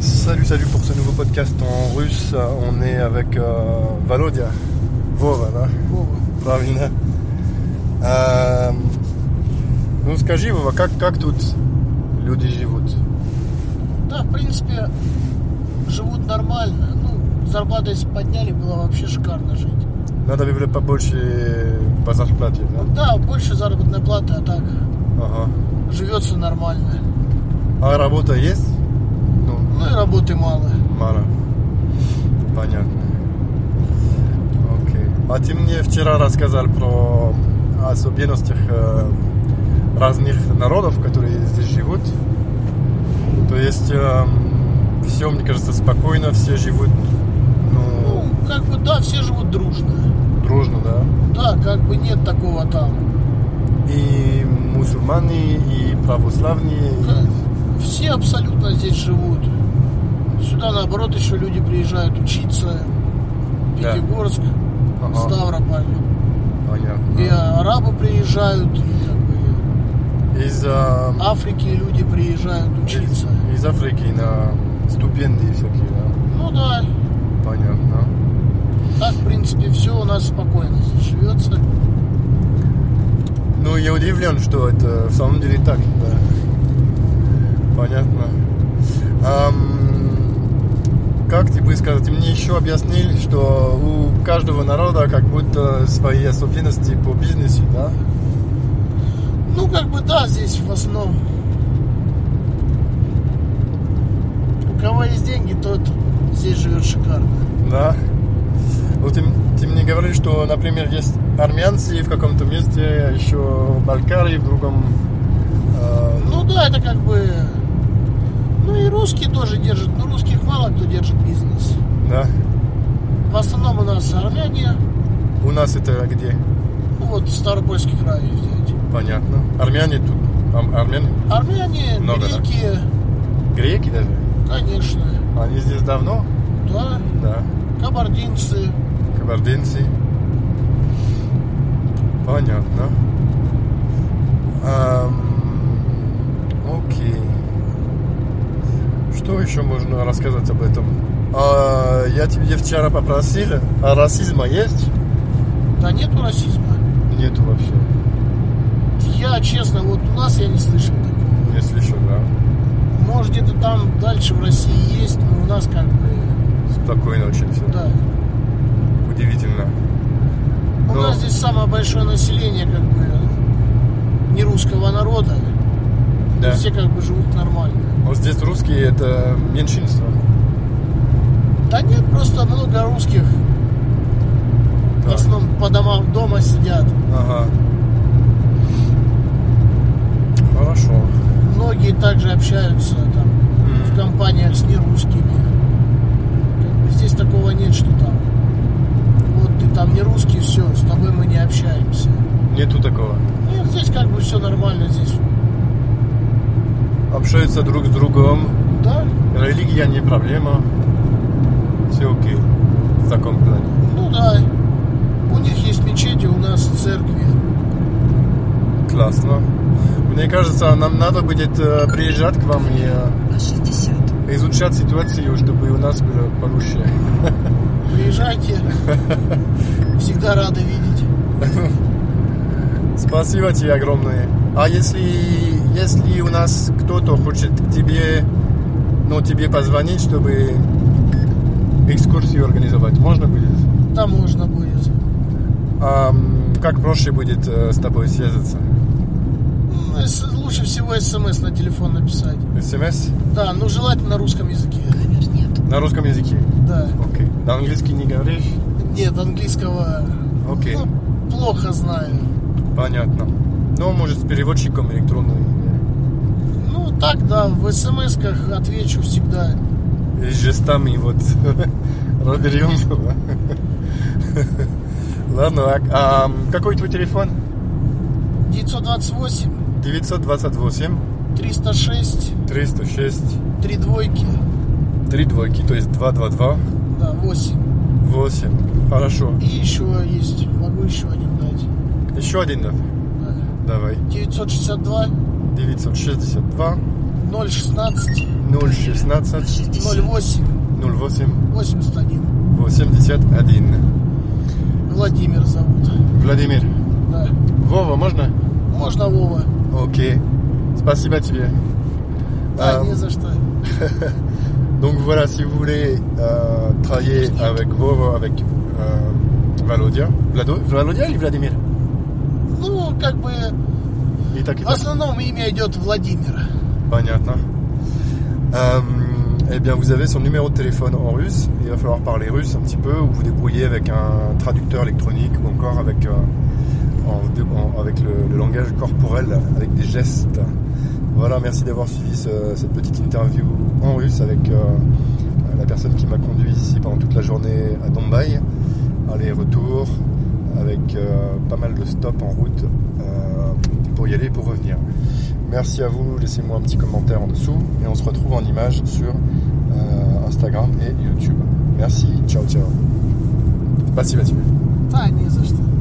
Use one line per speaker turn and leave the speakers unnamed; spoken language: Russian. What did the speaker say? Salut, salut pour ce nouveau podcast en russe. On est avec euh, Valodia. Вова, да? Правильно. Эм, ну скажи, Вова, как, как тут люди живут?
Да, в принципе, живут нормально. Ну, зарплату если подняли, было вообще шикарно жить.
Надо бы побольше по зарплате, да?
Да, больше заработная плата, а так
Ага.
живется нормально.
А работа есть? Ну,
Ну и работы мало.
Мара. Понятно. Окей. А ты мне вчера рассказал про особенностях э, разных народов, которые здесь живут. То есть все, мне кажется, спокойно, все живут
Ну,
ну,
как бы да, все живут дружно.
дружно, да.
Да, как бы нет такого там.
И мусульмане, и православные. и-
Как- Все абсолютно здесь живут. Сюда наоборот еще люди приезжают учиться.
Да.
Пятигорск,
Ага,
Ставрополь.
понятно.
И арабы приезжают, и как бы
Из, э,
Африки люди приезжают учиться.
из, из Африки на стипендии всякие, да.
Ну да,
Понятно.
Так, в принципе, все у нас спокойно здесь живется.
Ну, я удивлен, что это в самом деле так. да. Понятно. Ам, как тебе сказать? Мне еще объяснили, что у каждого народа как будто свои особенности по бизнесу, да?
Ну, как бы да, здесь в основном. У кого есть деньги, тот здесь живет шикарно.
Да. Вот ты, ты мне говорили, что, например, есть армянцы в каком-то месте, а еще Балкарии в другом. э,
Ну да, это как бы... Ну и русские тоже держат, но русских мало кто держит бизнес.
да.
В основном у нас армяне,
У нас это где?
ну вот Старопольский край взять.
Понятно. Армяне тут. Ам- армяне?
Армяне,
Много, да?
греки,
Греки даже.
конечно,
Они здесь давно?
да,
Да.
кабардинцы,
Кабардинцы. Понятно. Ам, окей. Что еще можно рассказать об этом? А, я тебе вчера попросил, а расизма есть?
да нету расизма.
Нету вообще.
Я, честно, вот у нас я не слышал такого.
Не слышал, да.
Может, где-то там дальше в России есть, но у нас как бы, ну
Спокойно очень все.
да.
Удивительно.
У
Ну.
нас здесь самое большое население, как бы, не русского народа. И
Да.
Все как бы живут нормально.
Вот здесь русские это меньшинство.
Да нет, просто много русских в
Да.
основном по домам дома сидят.
Ага. Хорошо.
Многие также общаются там в
Мгм.
компаниях с нерусскими. Как бы здесь такого нет, что там вот ты там не русский, все, с тобой мы не общаемся.
Нету такого.
Нет, Ну, здесь как бы все нормально, здесь,
общаются друг с другом,
да,
религия не проблема, все окей в таком плане.
Ну да. У них есть мечети, у нас церкви.
Классно. Мне кажется, нам надо будет э, приезжать к вам и
на 60.
э, изучать ситуацию, чтобы у нас было получше.
Приезжайте. Всегда рады видеть.
Спасибо тебе огромное. А если, если у нас кто-то хочет к тебе, ну, тебе позвонить, чтобы экскурсию организовать, можно будет?
Там можно будет.
А, м, как проще будет э, с тобой связаться?
Ну, с- Лучше всего смс на телефон написать.
СМС?
Да, ну желательно на русском языке.
Камер нет.
На русском языке?
Да.
Окей. На английский не говоришь?
Нет, английского
Окей.
ну, плохо знаю.
Понятно. Ну, может, с переводчиком электронным. э,
Ну так, да, в смс-ках отвечу всегда.
Или с жестами вот разберем. Ладно, а, а, какой твой телефон?
928
928
306
306
3 двойки.
3 двойки, то есть 222
Да, 8.
8. Хорошо.
И еще есть, могу еще один дать.
Еще один надо.
Да.
Давай.
962
962
0,16,
0,16,
08,
08,
81.
81.
Владимир зовут.
Владимир,
Да.
Вова, можно?
Можно Вова?
Окей. Спасибо тебе.
Да,
Эм,
не за что.
Donc voilà, si vous voulez euh, travailler avec Vovo, avec euh, Valodia. Vlado- Valodia или Vladimir
Ну, как бы,
И так, и
в
так.
основном имя идет Владимир.
Понятно. hein. Euh, eh bien, vous avez son numéro de téléphone en russe. Il va falloir parler russe un petit peu, ou vous débrouiller avec un traducteur électronique, ou encore avec, euh, en dé- en- avec le, le langage corporel, avec des gestes. Voilà, merci d'avoir suivi ce- cette petite interview en russe avec euh, la personne qui m'a conduit ici pendant toute la journée à Dombay, aller-retour, avec euh, pas mal de stops en route euh, pour y aller et pour revenir. Merci à vous, laissez-moi un petit commentaire en dessous et on se retrouve en images sur euh, Instagram et YouTube. Merci, ciao ciao. Спасибо тебе.
Да, не за что.